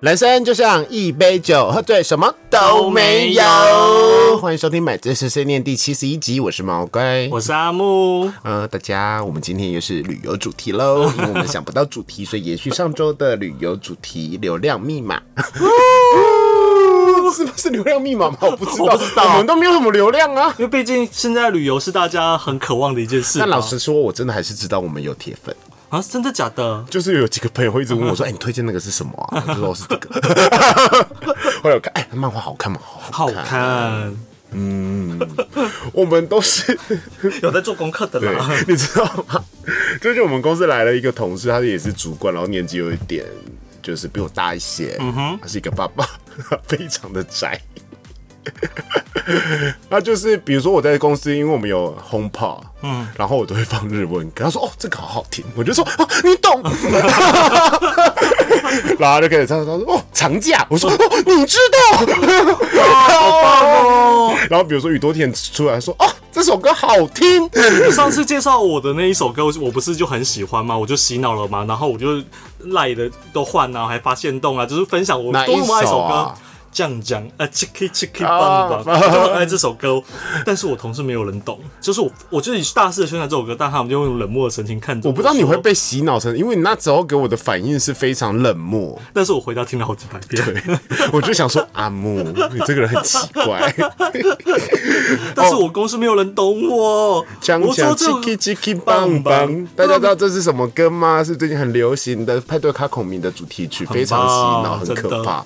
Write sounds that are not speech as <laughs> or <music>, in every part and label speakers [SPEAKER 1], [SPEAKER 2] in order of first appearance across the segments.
[SPEAKER 1] 人生就像一杯酒，喝醉什么都没有。欢迎收听《买醉碎碎念》第七十一集，我是毛乖。
[SPEAKER 2] 我是
[SPEAKER 1] <laughs>
[SPEAKER 2] 阿木，
[SPEAKER 1] 呃，大家，我们今天又是旅游主题 <laughs> 喽，因为我们想不到主题，所以延续上周的旅游主题“流量密 <laughs> 码”。是不是流量密码吗？我不知道，
[SPEAKER 2] 我不知道
[SPEAKER 1] 我们都没有什么流量啊。
[SPEAKER 2] 因为毕竟现在旅游是大家很渴望的一件事嘛。
[SPEAKER 1] 但老实说，我真的还是知道我们有铁粉，
[SPEAKER 2] 啊，真的假的？
[SPEAKER 1] 就是有几个朋友会一直问我 <laughs> 说：“哎、你推荐那个是什么啊？”我就说：“是这个。”后 <laughs> 来我看，哎、漫画好看吗？
[SPEAKER 2] 好看，
[SPEAKER 1] 我们都是
[SPEAKER 2] 有在做功课的
[SPEAKER 1] 对
[SPEAKER 2] 啦。，
[SPEAKER 1] <laughs> 你知道吗？最近我们公司来了一个同事，他也是主管，然后年纪有一点就是比我大一些，嗯哼，他是一个爸 <laughs> 爸，他非常的宅。 <laughs> 他就是比如说我在公司，因为我们有 HomePod，嗯，然后我都会放日文歌，他说哦这个好好听，我就说哦你懂， <laughs> 然后他就开始唱，他说哦长假，我说哦你知道，好棒哦， <laughs> 然后比如说宇多田出来说哦这首歌好听，
[SPEAKER 2] 上次介绍我的那一首歌，我不是就很喜欢吗？我就洗脑了嘛，然后我就赖的都换啊，还发现动啊，就是分享我
[SPEAKER 1] 哪一
[SPEAKER 2] 多么爱这
[SPEAKER 1] 首
[SPEAKER 2] 首歌
[SPEAKER 1] 啊。
[SPEAKER 2] 酱酱啊，chiki chiki 棒棒，
[SPEAKER 1] 啊
[SPEAKER 2] 我就很爱这首歌，但是我同事没有人懂，就是我，我就以大肆的宣传这首歌，但他们就用冷漠的神情看着
[SPEAKER 1] 我不知道你
[SPEAKER 2] 说
[SPEAKER 1] 会，被洗脑成，因为你那时候给我的反应是非常冷漠，
[SPEAKER 2] 但是我回家听了好几百遍，
[SPEAKER 1] 我就想说阿木，你这个人很奇怪。
[SPEAKER 2] 但是我公司没有人懂我。
[SPEAKER 1] 哦讲
[SPEAKER 2] 我
[SPEAKER 1] 讲
[SPEAKER 2] 说这
[SPEAKER 1] Chiki Chiki 棒棒，大家知道这是什么歌吗？是最近很流行的派对卡孔明的主题曲，非常洗脑，很
[SPEAKER 2] 真的
[SPEAKER 1] 可怕。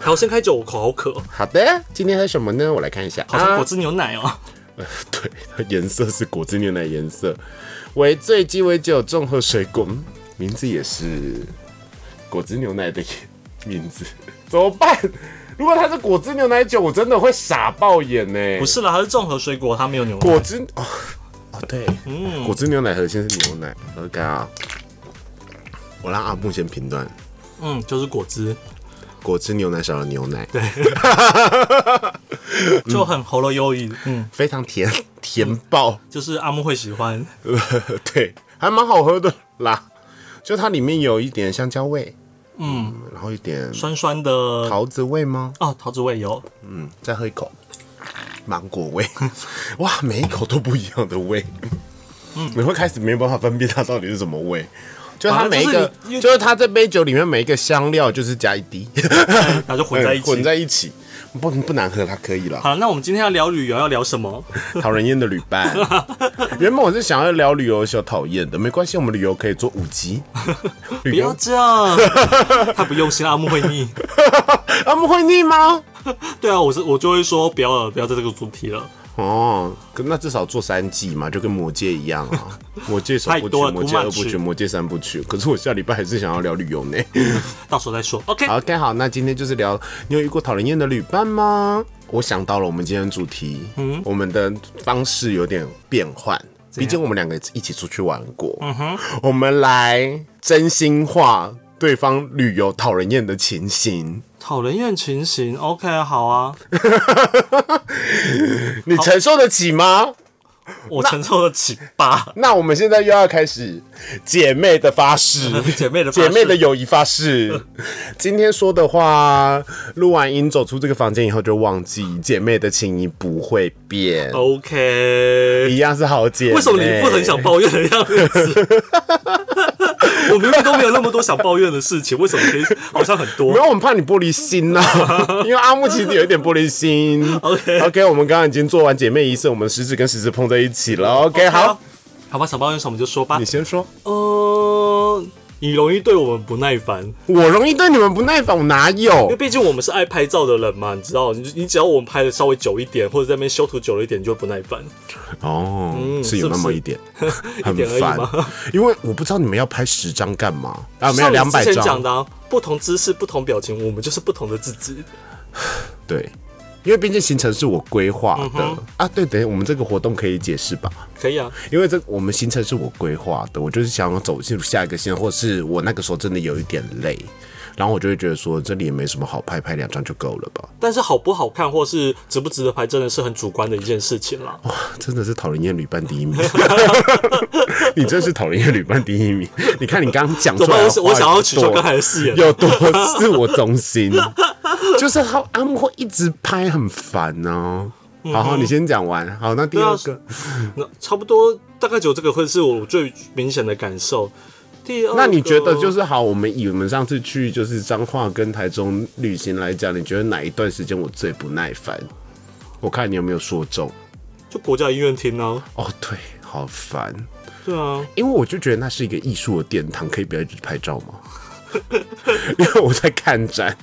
[SPEAKER 2] 好，先开酒，我口好渴，好
[SPEAKER 1] 好的，今天喝什么呢？我来看一下
[SPEAKER 2] 像
[SPEAKER 1] 啊
[SPEAKER 2] 果，汁牛奶哦、
[SPEAKER 1] <laughs> 对，它颜色是果汁牛奶颜色，为醉鸡尾酒综合水果，嗯名字也是果汁牛奶的名字，怎么办？如果它是果汁牛奶酒，我真的会傻爆眼呢、
[SPEAKER 2] 不是啦，它是综合水果，它没有牛奶。啊
[SPEAKER 1] 果汁哦哦，对，
[SPEAKER 2] 嗯
[SPEAKER 1] 果汁牛奶核心是牛奶。OK 啊，我让阿木先评断，
[SPEAKER 2] 嗯，就是果汁，
[SPEAKER 1] 果汁牛奶少了牛奶，对，
[SPEAKER 2] 就很喉咙忧郁。嗯，
[SPEAKER 1] 非常甜，甜爆， <laughs>
[SPEAKER 2] 就是阿木会喜欢。
[SPEAKER 1] 对，还蛮好喝的啦。就它里面有一点香蕉味，嗯，然后一点
[SPEAKER 2] 酸酸的
[SPEAKER 1] 桃子味吗？
[SPEAKER 2] 哦，桃子味有，
[SPEAKER 1] 嗯，再喝一口，芒果味， <laughs> 哇，每一口都不一样的味，你会开始没办法分辨它到底是什么味。就它
[SPEAKER 2] 嗯反正
[SPEAKER 1] 每一
[SPEAKER 2] 就是
[SPEAKER 1] 个，
[SPEAKER 2] 你
[SPEAKER 1] 就是它这杯酒里面每一个香料就是加一滴，
[SPEAKER 2] 然后就 <laughs> 混在一
[SPEAKER 1] 嗯混
[SPEAKER 2] 起。
[SPEAKER 1] 在一起，不不难喝，它可以了。
[SPEAKER 2] <laughs> 好了，那我们今天要聊旅游，要聊什么？
[SPEAKER 1] 讨人厌的旅
[SPEAKER 2] <laughs>
[SPEAKER 1] 伴，原本我是想要聊旅游小讨厌的，没关系，我们旅游可以做五集。
[SPEAKER 2] <laughs> 不
[SPEAKER 1] 旅
[SPEAKER 2] 要
[SPEAKER 1] 游，
[SPEAKER 2] 这样，他不用心，阿木会腻。 <laughs>
[SPEAKER 1] 他啊们会腻吗？
[SPEAKER 2] 对啊，我是我就会说不要了，不要在这个主题了，
[SPEAKER 1] 哦，可那至少做三季嘛，就跟魔戒一样
[SPEAKER 2] <laughs>
[SPEAKER 1] 啊。魔戒首部
[SPEAKER 2] 太
[SPEAKER 1] 曲、
[SPEAKER 2] 多了
[SPEAKER 1] 魔戒
[SPEAKER 2] too
[SPEAKER 1] 二
[SPEAKER 2] much
[SPEAKER 1] 部曲、魔戒三部曲。可是我下礼拜还是想要聊旅游呢。
[SPEAKER 2] 到时候再说。OK，
[SPEAKER 1] 好 OK，好，那今天就是聊，你有遇过讨人厌的旅伴吗？我想到了，我们今天的主题，嗯，我们的方式有点变换，毕竟我们两个一起出去玩过，嗯哼，我们来真心话对方旅游讨人厌的情形。
[SPEAKER 2] 讨人厌情形，OK，好啊，
[SPEAKER 1] 你承受得起吗？
[SPEAKER 2] 我承受得起吧。
[SPEAKER 1] 那我们现在又要开始姐妹的发誓，
[SPEAKER 2] <laughs> 姐妹的发
[SPEAKER 1] 姐
[SPEAKER 2] 誓
[SPEAKER 1] 妹的友谊发誓。
[SPEAKER 2] <laughs>
[SPEAKER 1] 今天说的话，录完音走出这个房间以后就忘记，姐妹的情谊不会变。
[SPEAKER 2] OK，
[SPEAKER 1] 一样是好姐妹。
[SPEAKER 2] 哦为什么你不很想抱怨的样子？ <laughs> 我明明都没有那么多想抱怨的事情，为什么可以好像
[SPEAKER 1] <laughs>
[SPEAKER 2] 很
[SPEAKER 1] 没
[SPEAKER 2] 多？
[SPEAKER 1] 有，我很怕你玻璃心呐、啊
[SPEAKER 2] <laughs>
[SPEAKER 1] 因为阿木其实有一点玻璃心。
[SPEAKER 2] OK
[SPEAKER 1] 我们刚刚已经做完姐妹仪式，我们食指跟食指碰在一起了。OK，好，，
[SPEAKER 2] 哦好吧，想抱怨什么就说吧
[SPEAKER 1] 你。先说。
[SPEAKER 2] 嗯，你容易对我们不耐烦，因
[SPEAKER 1] 我容易对你们不耐烦，我哪有
[SPEAKER 2] 为？毕竟我们是爱拍照的人嘛，你知道，你你只要我们拍的稍微久一点，或者在那边修图久了一点，你就会不耐烦。
[SPEAKER 1] 哦，
[SPEAKER 2] 嗯
[SPEAKER 1] 是有那
[SPEAKER 2] 是不
[SPEAKER 1] 么
[SPEAKER 2] 是 <laughs>
[SPEAKER 1] 一点，
[SPEAKER 2] 一点而
[SPEAKER 1] 很
[SPEAKER 2] 已
[SPEAKER 1] 烦
[SPEAKER 2] 吗。
[SPEAKER 1] 因为我不知道你们要拍十张干嘛啊？没有
[SPEAKER 2] 像你
[SPEAKER 1] 两百
[SPEAKER 2] 之前
[SPEAKER 1] 张，
[SPEAKER 2] 讲的、啊，不同姿势、不同表情，我们就是不同的自己。
[SPEAKER 1] 对。因为毕竟行程是我规划
[SPEAKER 2] 嗯
[SPEAKER 1] 的、啊，对，等一下我们这个活动可以解释吧？
[SPEAKER 2] 可以啊，
[SPEAKER 1] 因为这我们行程是我规划的，我就是想要走进入下一个线，或是我那个时候真的有一点累，然后我就会觉得说这里也没什么好拍，拍两张就够了吧。 <laughs>
[SPEAKER 2] 但是好不好看，或是值不值得拍，真的是很主观的一件事情啦。
[SPEAKER 1] 真的是讨人厌旅伴第一名， <laughs> 你真是讨人厌旅伴第一名。你看你刚刚讲出
[SPEAKER 2] 怎么
[SPEAKER 1] 来
[SPEAKER 2] 办？
[SPEAKER 1] 的
[SPEAKER 2] 我
[SPEAKER 1] 话
[SPEAKER 2] 想我想要取消
[SPEAKER 1] 有多
[SPEAKER 2] 刚才的誓
[SPEAKER 1] <laughs>
[SPEAKER 2] 言。
[SPEAKER 1] 有多自我中心， <laughs> 就是他他们会一直拍，很烦哦。
[SPEAKER 2] 嗯
[SPEAKER 1] 好好，你先讲完。好，那第二个，
[SPEAKER 2] 那差不多大概只有这个会是我最明显的感受。第二个，
[SPEAKER 1] 那你觉得就是好？我们以我们上次去就是彰化跟台中旅行来讲，你觉得哪一段时间我最不耐烦？我看你有没有说中。
[SPEAKER 2] 就国家音乐厅呢？
[SPEAKER 1] 哦，对，好烦，
[SPEAKER 2] 对啊，
[SPEAKER 1] 因为我就觉得那是一个艺术的殿堂，可以不要一直拍照吗？ <laughs> 因为我在看展，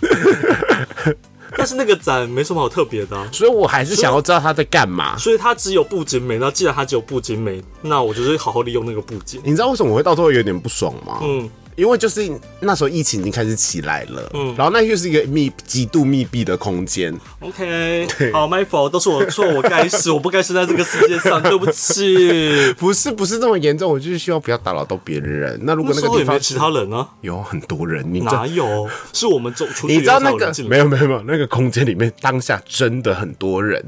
[SPEAKER 2] 但是那个展没什么好特别的、啊。
[SPEAKER 1] 所以我还是想要知道他在干嘛。
[SPEAKER 2] 所以它只有布景美，那既然它只有布景美，那我就是好好利用那个布景。
[SPEAKER 1] 你知道为什么我会到最后有点不爽吗？
[SPEAKER 2] 嗯，
[SPEAKER 1] 因为就是那时候疫情已经开始起来了，嗯，然后那就是一个密极度密闭的空间，
[SPEAKER 2] OK，好，my fault，都是我错，我该死，我不该生在这个世
[SPEAKER 1] <laughs>
[SPEAKER 2] 界上，对不起。
[SPEAKER 1] 不是不是那么严重，我就是希望不要打扰到别人。那如果
[SPEAKER 2] 那
[SPEAKER 1] 那
[SPEAKER 2] 时
[SPEAKER 1] 个
[SPEAKER 2] 候
[SPEAKER 1] 地
[SPEAKER 2] 也没
[SPEAKER 1] 方
[SPEAKER 2] 有其他人啊，
[SPEAKER 1] 有很多人，你知道
[SPEAKER 2] 哪有？是我们走出去，
[SPEAKER 1] 你知道那个
[SPEAKER 2] 人进来
[SPEAKER 1] 没有没有没有那个空间里面当下真的很多人，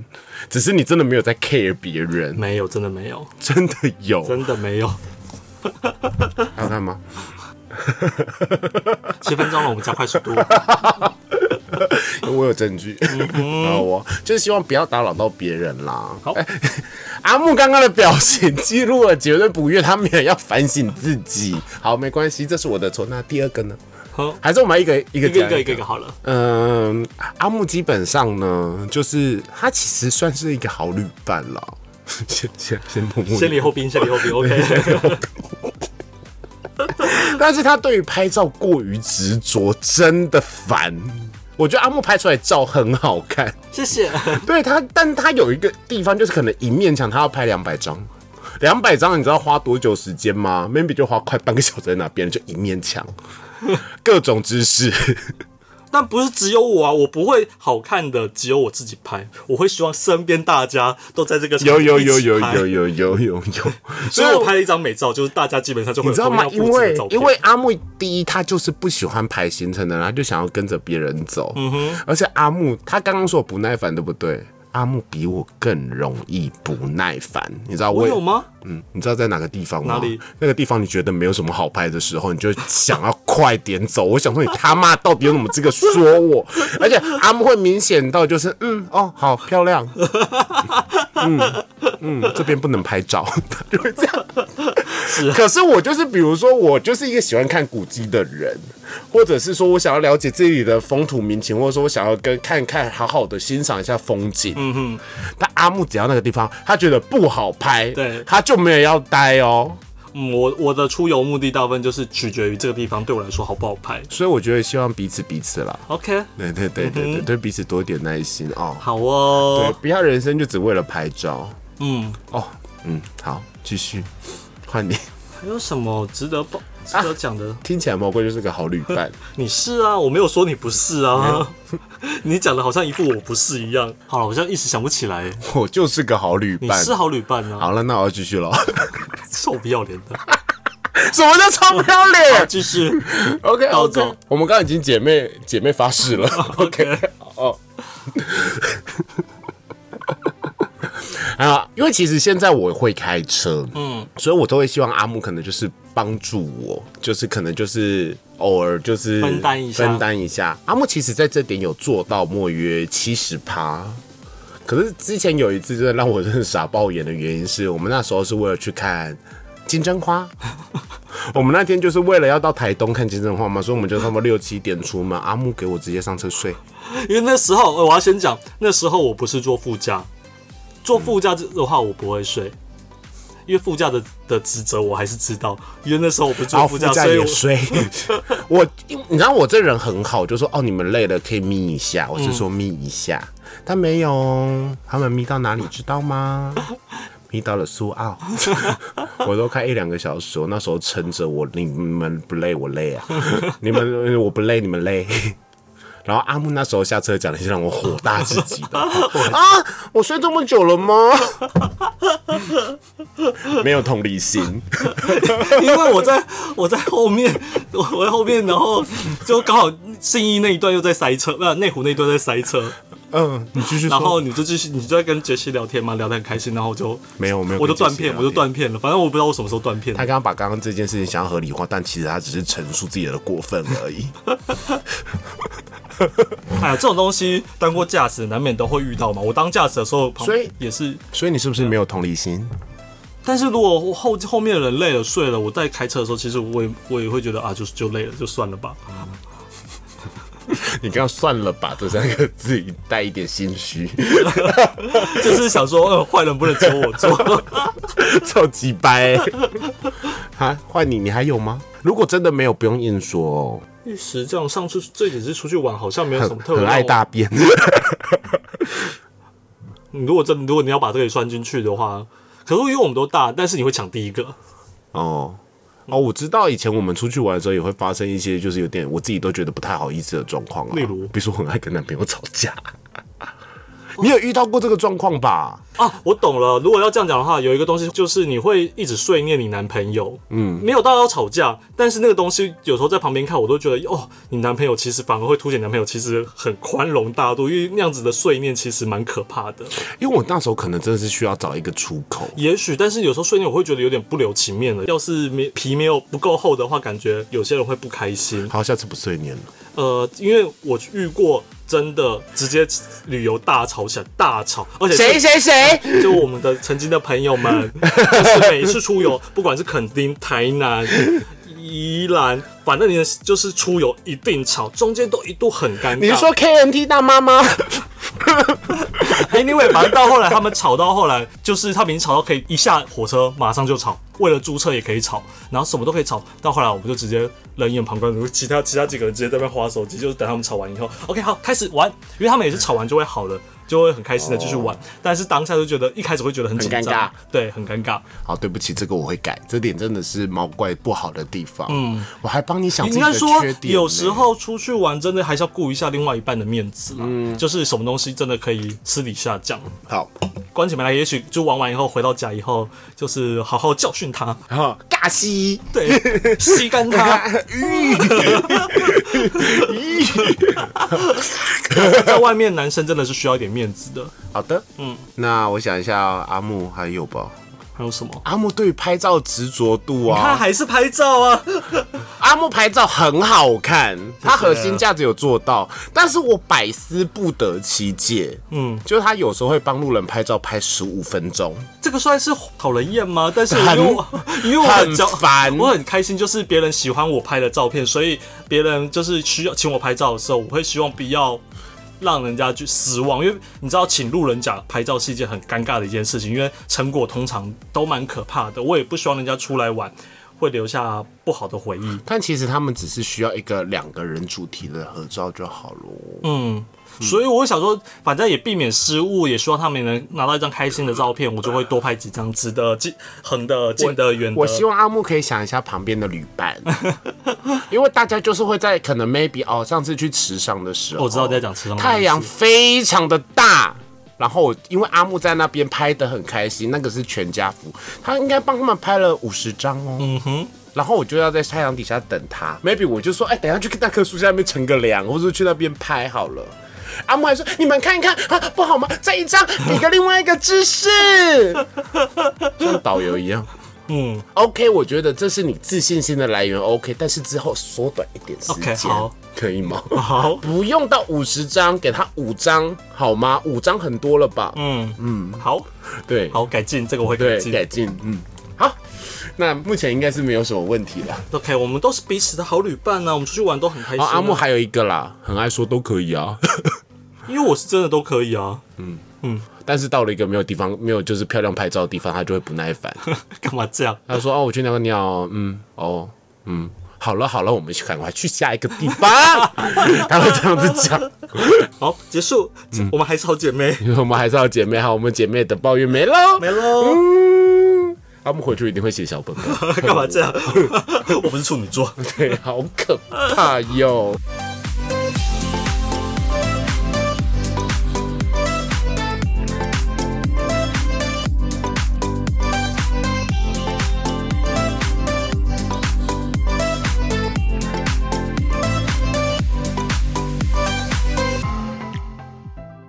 [SPEAKER 1] 只是你真的没有在 care 别人，
[SPEAKER 2] 没有，真的没有，
[SPEAKER 1] 真的有，
[SPEAKER 2] 嗯真的没有。
[SPEAKER 1] 还有看吗？
[SPEAKER 2] 七分钟了，我们加快
[SPEAKER 1] <laughs>
[SPEAKER 2] 速度。
[SPEAKER 1] 我有证据，
[SPEAKER 2] 嗯
[SPEAKER 1] 然后我就是希望不要打扰到别人啦。
[SPEAKER 2] 好
[SPEAKER 1] 哎， <laughs> 阿木刚刚的表情记录了绝对不悦，他没有要反省自己。好，没关系，这是我的错。那第二个呢？
[SPEAKER 2] 好，
[SPEAKER 1] 还是我们一个一个
[SPEAKER 2] 一个
[SPEAKER 1] 讲
[SPEAKER 2] 一个一个一个好了。
[SPEAKER 1] 嗯，阿木基本上呢，就是他其实算是一个好旅伴啦。 <laughs> 先先先默默地
[SPEAKER 2] 先礼后兵，先礼后兵。OK，
[SPEAKER 1] <laughs> 但是他对于拍照过于执着，真的烦。我觉得阿木拍出来的照很好看，
[SPEAKER 2] 谢谢。
[SPEAKER 1] 对他，但他有一个地方就是可能一面墙他要拍两百张，两百张你知道花多久时间吗？maybe 就花快半个小时在那边，就一面墙， <laughs> 各种姿势。
[SPEAKER 2] 但不是只有我啊，我不会好看的只有我自己拍，我会希望身边大家都在这个场
[SPEAKER 1] 有有
[SPEAKER 2] 一
[SPEAKER 1] 有
[SPEAKER 2] 起
[SPEAKER 1] 有
[SPEAKER 2] 拍
[SPEAKER 1] 有有有有有，
[SPEAKER 2] 所以我拍了一张美照，就是大家基本上就会
[SPEAKER 1] 你
[SPEAKER 2] 有
[SPEAKER 1] 知道
[SPEAKER 2] 同
[SPEAKER 1] 吗
[SPEAKER 2] 样？布
[SPEAKER 1] 因
[SPEAKER 2] 景的
[SPEAKER 1] 为
[SPEAKER 2] 照片。
[SPEAKER 1] 因为阿木第一他就是不喜欢排行程的人，他就想要跟着别人走。嗯哼，而且阿木他刚刚说我不耐烦，对不对？阿木比我更容易不耐烦，你知道
[SPEAKER 2] 我
[SPEAKER 1] 我也
[SPEAKER 2] 有吗？
[SPEAKER 1] 嗯，你知道在哪个地方吗？
[SPEAKER 2] 哪里？
[SPEAKER 1] 那个地方你觉得没有什么好拍的时候，你就想要快点走。我想说你他妈到底有什么资格说
[SPEAKER 2] <laughs>
[SPEAKER 1] 我？而且阿木会明显到就是嗯哦好漂亮，嗯嗯这边不能拍
[SPEAKER 2] <laughs>
[SPEAKER 1] 照，他就会这样。
[SPEAKER 2] 是
[SPEAKER 1] 可是我就是比如说我就是一个喜欢看古迹的人，或者是说我想要了解这里的风土民情，或者说我想要跟看看好好的欣赏一下风景。嗯哼，但阿木只要那个地方他觉得不好拍，
[SPEAKER 2] 对
[SPEAKER 1] 他就没有要待哦。
[SPEAKER 2] 嗯，我我的出游目的大部分就是取决于这个地方对我来说好不好拍。
[SPEAKER 1] 所以我觉得希望彼此彼此啦，
[SPEAKER 2] OK，
[SPEAKER 1] 对对对对对，对彼此多点耐心哦。
[SPEAKER 2] 好
[SPEAKER 1] 对
[SPEAKER 2] 哦，，
[SPEAKER 1] 不要人生就只为了拍照
[SPEAKER 2] 嗯，
[SPEAKER 1] 哦。嗯，好，继续，换你。 <laughs>
[SPEAKER 2] 还有什么值得报值得讲的？
[SPEAKER 1] 听起来毛怪就是个好旅 <laughs> 伴，
[SPEAKER 2] 你是啊，我没有说你不是啊， <laughs> 你讲的好像一副我不是一样。好了，我现在一时想不起来，
[SPEAKER 1] 我就是个好旅
[SPEAKER 2] 你
[SPEAKER 1] 伴。
[SPEAKER 2] 是好旅伴啊，
[SPEAKER 1] 好了，那我要继续了。
[SPEAKER 2] 臭不要脸的。
[SPEAKER 1] <laughs> 什么叫超漂 <laughs> 脸
[SPEAKER 2] <laughs> 继续
[SPEAKER 1] ？OK
[SPEAKER 2] 暴
[SPEAKER 1] OK，
[SPEAKER 2] 走
[SPEAKER 1] 我们刚刚已经姐妹姐妹发誓 <laughs> 了。
[SPEAKER 2] ，OK，
[SPEAKER 1] <laughs> 啊，因为其实现在我会开车，嗯，所以我都会希望阿木可能就是帮助我，就是可能就是偶尔就是
[SPEAKER 2] 分担一下
[SPEAKER 1] 分担一下。阿木其实在这点有做到莫约七十趴。可是之前有一次真的让我真的傻爆眼的原因是我们那时候是为了去看金针
[SPEAKER 2] <laughs>
[SPEAKER 1] 花，我们那天就是为了要到台东看金针花嘛，所以我们就差不多六七点出门，阿木给我直接上车睡。
[SPEAKER 2] 因为那时候呃我要先讲，那时候我不是坐副驾，坐副驾的话我不会睡，因为副驾的的职责我还是知道，因为那时候我不是
[SPEAKER 1] 然
[SPEAKER 2] 坐
[SPEAKER 1] 后
[SPEAKER 2] 哦副
[SPEAKER 1] 副
[SPEAKER 2] 驾，
[SPEAKER 1] 驾
[SPEAKER 2] 所以
[SPEAKER 1] 也
[SPEAKER 2] 我
[SPEAKER 1] 睡。 <laughs> 我因你知道我这人很好，就说哦你们累了可以眯一下，我是说眯一下，但没有哦，他们眯到哪里知道吗？眯到了苏澳， <laughs> 我都开一两个小时，我那时候 <laughs> 撑着我，你们不累我累啊，你们我不累你们累。 <laughs> 然后阿木那时候下车讲了一些让我火大至极 <laughs> 的话啊！我睡这么久了吗？ <laughs> 没有同理心，
[SPEAKER 2] <laughs> 因为我在我在后面， <laughs> 我我在后面，然后就刚好信义那一段又在塞车，不，内湖那一段在塞车，
[SPEAKER 1] 嗯，你继续
[SPEAKER 2] 然
[SPEAKER 1] 说。
[SPEAKER 2] 后你就继续，你就在跟杰西聊天嘛，聊得很开心，然后我就
[SPEAKER 1] 没有没有
[SPEAKER 2] 我就
[SPEAKER 1] 跟杰
[SPEAKER 2] 断
[SPEAKER 1] 西
[SPEAKER 2] 片，
[SPEAKER 1] 聊
[SPEAKER 2] 我就
[SPEAKER 1] 天
[SPEAKER 2] 断片了，反正我不知道我什么时候断片
[SPEAKER 1] 他。刚刚把刚刚这件事情想要合理化，但其实他只是陈述自己的过分而已。
[SPEAKER 2] 哎呀，这种东西当过驾驶难免都会遇到嘛。我当驾驶的时候，旁
[SPEAKER 1] 所以
[SPEAKER 2] 也 <laughs> 是，
[SPEAKER 1] 所以你是不是没有同理心？
[SPEAKER 2] 但是如果后后面的人累了睡了，我在开车的时候，其实我也我也会觉得啊，就就累了，就算了吧。
[SPEAKER 1] <laughs>
[SPEAKER 2] <laughs>
[SPEAKER 1] 你刚刚算了吧，这三个字带一点心虚， <laughs>
[SPEAKER 2] 就是想说，嗯，坏人不能只有我做。 <laughs>
[SPEAKER 1] 超级 <laughs> 掰、哈，换你，你还有吗？如果真的没有，不用硬说哦。
[SPEAKER 2] 玉石这样上次这几次出去玩，好像没有什么
[SPEAKER 1] 很
[SPEAKER 2] 特别。啊
[SPEAKER 1] 很爱大。便， <laughs>
[SPEAKER 2] 你如果真如果你要把这个也算进去的话，可是因为我们都大，但是你会抢第一个。嗯
[SPEAKER 1] 哦。哦，我知道以前我们出去玩的时候也会发生一些，就是有点我自己都觉得不太好意思的状况啊。
[SPEAKER 2] 例如
[SPEAKER 1] 比如说很爱跟男朋友吵架， <laughs> 你有遇到过这个状况吧？
[SPEAKER 2] 啊，我懂了。如果要这样讲的话，有一个东西就是你会一直碎念你男朋友，嗯，没有到要吵架，但是那个东西有时候在旁边看，我都觉得哦，你男朋友其实反而会凸显男朋友其实很宽容大度，因为那样子的碎念其实蛮可怕的。
[SPEAKER 1] 因为我那时候可能真的是需要找一个出口。
[SPEAKER 2] 也许，但是有时候碎念我会觉得有点不留情面了。要是没皮没有不够厚的话，感觉有些人会不开心。
[SPEAKER 1] 好，下次不碎念了。
[SPEAKER 2] 呃，因为我遇过真的直接旅游大吵起来，大吵，而且是
[SPEAKER 1] 谁谁？
[SPEAKER 2] 就我们的曾经的朋友们，就是每一次出游，不管是垦丁、台南、宜兰，反正你的就是出游一定吵，中间都一度很尴尬。
[SPEAKER 1] 你是说 KNT 大妈吗？
[SPEAKER 2] anyway，反正到后来他们吵到后来，就是他们已经吵到可以一下火车马上就吵，为了租车也可以吵，然后什么都可以吵。到后来我们就直接冷眼旁观，其他其他几个人直接在那边划手机，就是等他们吵完以后，OK 好开始玩，因为他们也是吵完就会好了。就会很开心的继续玩但是当下就觉得一开始会觉得很紧
[SPEAKER 1] 哦很尴尬
[SPEAKER 2] 张，对，很尴尬。
[SPEAKER 1] <laughs> 好，对不起，这个我会改，这点真的是毛怪不好的地方。嗯，我还帮你想自
[SPEAKER 2] 应
[SPEAKER 1] 己
[SPEAKER 2] 该
[SPEAKER 1] 的
[SPEAKER 2] 说
[SPEAKER 1] 缺，点呢。
[SPEAKER 2] 有时候出去玩真的还是要顾一下另外一半的面子啦。
[SPEAKER 1] 嗯
[SPEAKER 2] 就是什么东西真的可以私底下讲，
[SPEAKER 1] 好，
[SPEAKER 2] 关起门来，也许就玩完以后回到家以后，就是好好教训他，
[SPEAKER 1] 然 <laughs> 后尬西，
[SPEAKER 2] 对，吸干他，
[SPEAKER 1] <laughs>
[SPEAKER 2] 在外面男生真的是需要一点面子的。
[SPEAKER 1] 好的，嗯，那我想一下，啊阿木还有吧？
[SPEAKER 2] 还有什么？
[SPEAKER 1] 阿木对于拍照执着度
[SPEAKER 2] 他
[SPEAKER 1] 啊，
[SPEAKER 2] 还是拍照啊，
[SPEAKER 1] 阿木拍照很好看，他核心价值有做到，但是我百思不得其解。嗯，就是他有时候会帮路人拍照拍十五分钟，
[SPEAKER 2] 这个算是讨人厌吗？但是我因为
[SPEAKER 1] <laughs>
[SPEAKER 2] 我因为我
[SPEAKER 1] 很
[SPEAKER 2] 骄
[SPEAKER 1] 烦
[SPEAKER 2] 我很开心，就是别人喜欢我拍的照片，所以别人就是需要请我拍照的时候，我会希望不要让人家去失望，因为你知道请路人甲拍照是一件很尴尬的一件事情，因为成果通常都蛮可怕的，我也不希望人家出来玩会留下不好的回忆。
[SPEAKER 1] 但其实他们只是需要一个两个人主题的合照就好了。
[SPEAKER 2] 嗯
[SPEAKER 1] 嗯
[SPEAKER 2] 所以我想说，反正也避免失误，也希望他们能拿到一张开心的照片，我就会多拍几张，直的、近、横的、近的、远的。
[SPEAKER 1] 我希望阿木可以想一下旁边的旅伴，
[SPEAKER 2] <laughs>
[SPEAKER 1] 因为大家就是会在可能 maybe 哦，上次去池上的时候，
[SPEAKER 2] 哦我知道你在讲池上的
[SPEAKER 1] 太阳
[SPEAKER 2] 东
[SPEAKER 1] 非常的大。然后我因为阿木在那边拍的很开心，那个是全家福，他应该帮他们拍了五十张哦。嗯哼。然后我就要在太阳底下等他，maybe 我就说，哎，等一下去那棵树下面乘个凉，或者去那边拍好了。阿木还说，你们看一看啊，不好吗？这一张比个另外一个姿势，
[SPEAKER 2] <laughs>
[SPEAKER 1] 像导游一样。
[SPEAKER 2] 嗯
[SPEAKER 1] OK，我觉得这是你自信心的来源。OK，但是之后缩短一点时间
[SPEAKER 2] OK，好
[SPEAKER 1] 可以吗？
[SPEAKER 2] 好，
[SPEAKER 1] 不用到五十张，给他五张好吗？五张很多了吧？
[SPEAKER 2] 嗯嗯，好
[SPEAKER 1] 对，
[SPEAKER 2] 好改进，这个我会改
[SPEAKER 1] 对，
[SPEAKER 2] 进。
[SPEAKER 1] 改进，嗯，好。那目前应该是没有什么问题了。
[SPEAKER 2] OK，我们都是彼此的好旅伴呢、我们出去玩都很开心、
[SPEAKER 1] 然
[SPEAKER 2] 啊
[SPEAKER 1] 后阿木还有一个啦，很爱说都可以啊， <laughs>
[SPEAKER 2] 因为我是真的都可以啊， <laughs>
[SPEAKER 1] 但是到了一个没有地方，没有就是漂亮拍照的地方，他就会不耐
[SPEAKER 2] <laughs>
[SPEAKER 1] 烦。
[SPEAKER 2] 干嘛这样？
[SPEAKER 1] 他说：“哦，我去尿个尿哦，嗯，哦，嗯，好了好了，我们去赶快去下一个地
[SPEAKER 2] <laughs>
[SPEAKER 1] 方。”他会这样子讲。
[SPEAKER 2] 好，结束，我们还是好姐妹，
[SPEAKER 1] 因为我们还是要姐妹，好，我们姐妹的抱怨没喽，
[SPEAKER 2] 没喽。
[SPEAKER 1] 嗯，他们回去一定会写小本本，
[SPEAKER 2] <laughs> 干嘛这样？ <laughs> 我不是处女座。
[SPEAKER 1] 对，好可怕哟。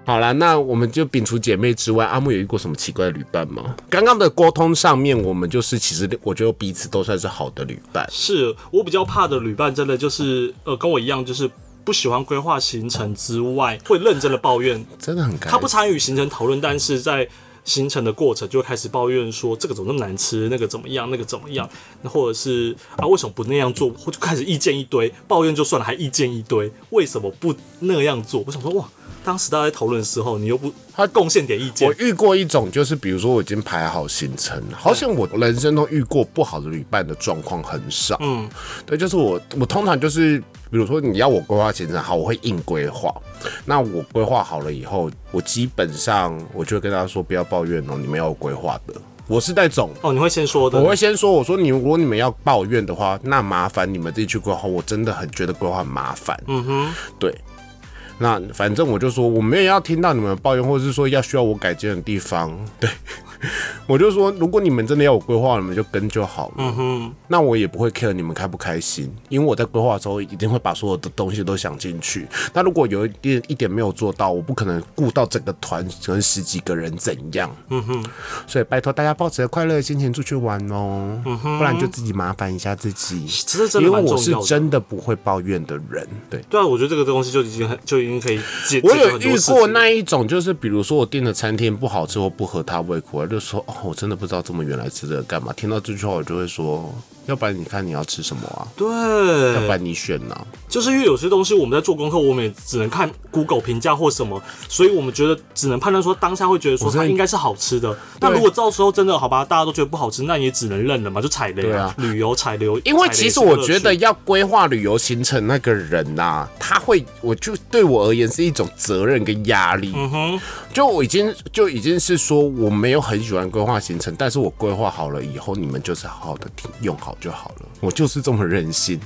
[SPEAKER 1] 好啦，那我们就摒除姐妹之外，阿木有遇过什么奇怪的旅伴吗？刚刚的沟通上面，我们就是其实我觉得彼此都算是好的旅伴。
[SPEAKER 2] 是我比较怕的旅伴，真的就是呃，跟我一样，就是不喜欢规划行程之外，会认真的抱怨。
[SPEAKER 1] 真的很该
[SPEAKER 2] 他不参与行程讨论，但是在行程的过程就会开始抱怨说这个怎么那么难吃，那个怎么样，那个怎么样，那或者是啊为什么不那样做，或就开始意见一堆，抱怨就算了，还意见一堆，为什么不那样做？我想说哇，当时大家在讨论的时候，你又不他贡献点意见
[SPEAKER 1] 我，遇过一种，就是比如说我已经排好行程了，好像我人生中遇过不好的旅伴的状况很少。嗯，对，就是我我通常就是，比如说你要我规划行程，好，我会硬规划。那我规划好了以后，我基本上我就会跟他说，不要抱怨哦，你们要有规划的。我是那种
[SPEAKER 2] 哦，你会先说的，
[SPEAKER 1] 我会先说，我说你如果你们要抱怨的话，那麻烦你们自己去规划，我真的很觉得规划很麻烦。嗯哼，对。那反正我就说我没有要听到你们抱怨，或者是说要需要我改进的地方。对， <laughs> 我就说如果你们真的要我规划，你们就跟就好了。嗯哼，那我也不会 care 你们开不开心，因为我在规划的时候一定会把所有的东西都想进去。那如果有一点一点没有做到，我不可能顾到整个团可能十几个人怎样。所以拜托大家抱着快乐的心情出去玩哦，不然就自己麻烦一下自己。
[SPEAKER 2] 其实真的
[SPEAKER 1] 因为
[SPEAKER 2] 蛮重
[SPEAKER 1] 我
[SPEAKER 2] 要的
[SPEAKER 1] 是真的不会抱怨的人，对。
[SPEAKER 2] 对啊，我觉得这个东西就已经很就已经可以解。
[SPEAKER 1] 我
[SPEAKER 2] 解决
[SPEAKER 1] 有
[SPEAKER 2] 很多
[SPEAKER 1] 遇
[SPEAKER 2] 事
[SPEAKER 1] 过
[SPEAKER 2] 情
[SPEAKER 1] 那一种，就是比如说我订的餐厅不好吃或不合他胃口，我就说哦，我真的不知道这么远来吃这个干嘛。听到这句话，我就会说，要不然你看你要吃什么啊？要不
[SPEAKER 2] 对，
[SPEAKER 1] 然你选啊呢、
[SPEAKER 2] 就是因为有些东西我们在做功课，我们也只能看 Google 评价或什么，所以我们觉得只能判断说当下会觉得说
[SPEAKER 1] 真的
[SPEAKER 2] 它应该是好吃的。那如果到时候真的好吧，大家都觉得不好吃，那你也只能认了嘛，就踩雷
[SPEAKER 1] 对
[SPEAKER 2] 啊
[SPEAKER 1] 啊，
[SPEAKER 2] 旅游踩雷。
[SPEAKER 1] 因为其实我觉得
[SPEAKER 2] 踩雷是乐趣
[SPEAKER 1] 要规划旅游行程那个人呐、他会，我就对我而言是一种责任跟压力。嗯哼，就我已经就已经是说我没有很喜欢规划行程，但是我规划好了以后，你们就是好好的听用好就好了。我就是这么任性，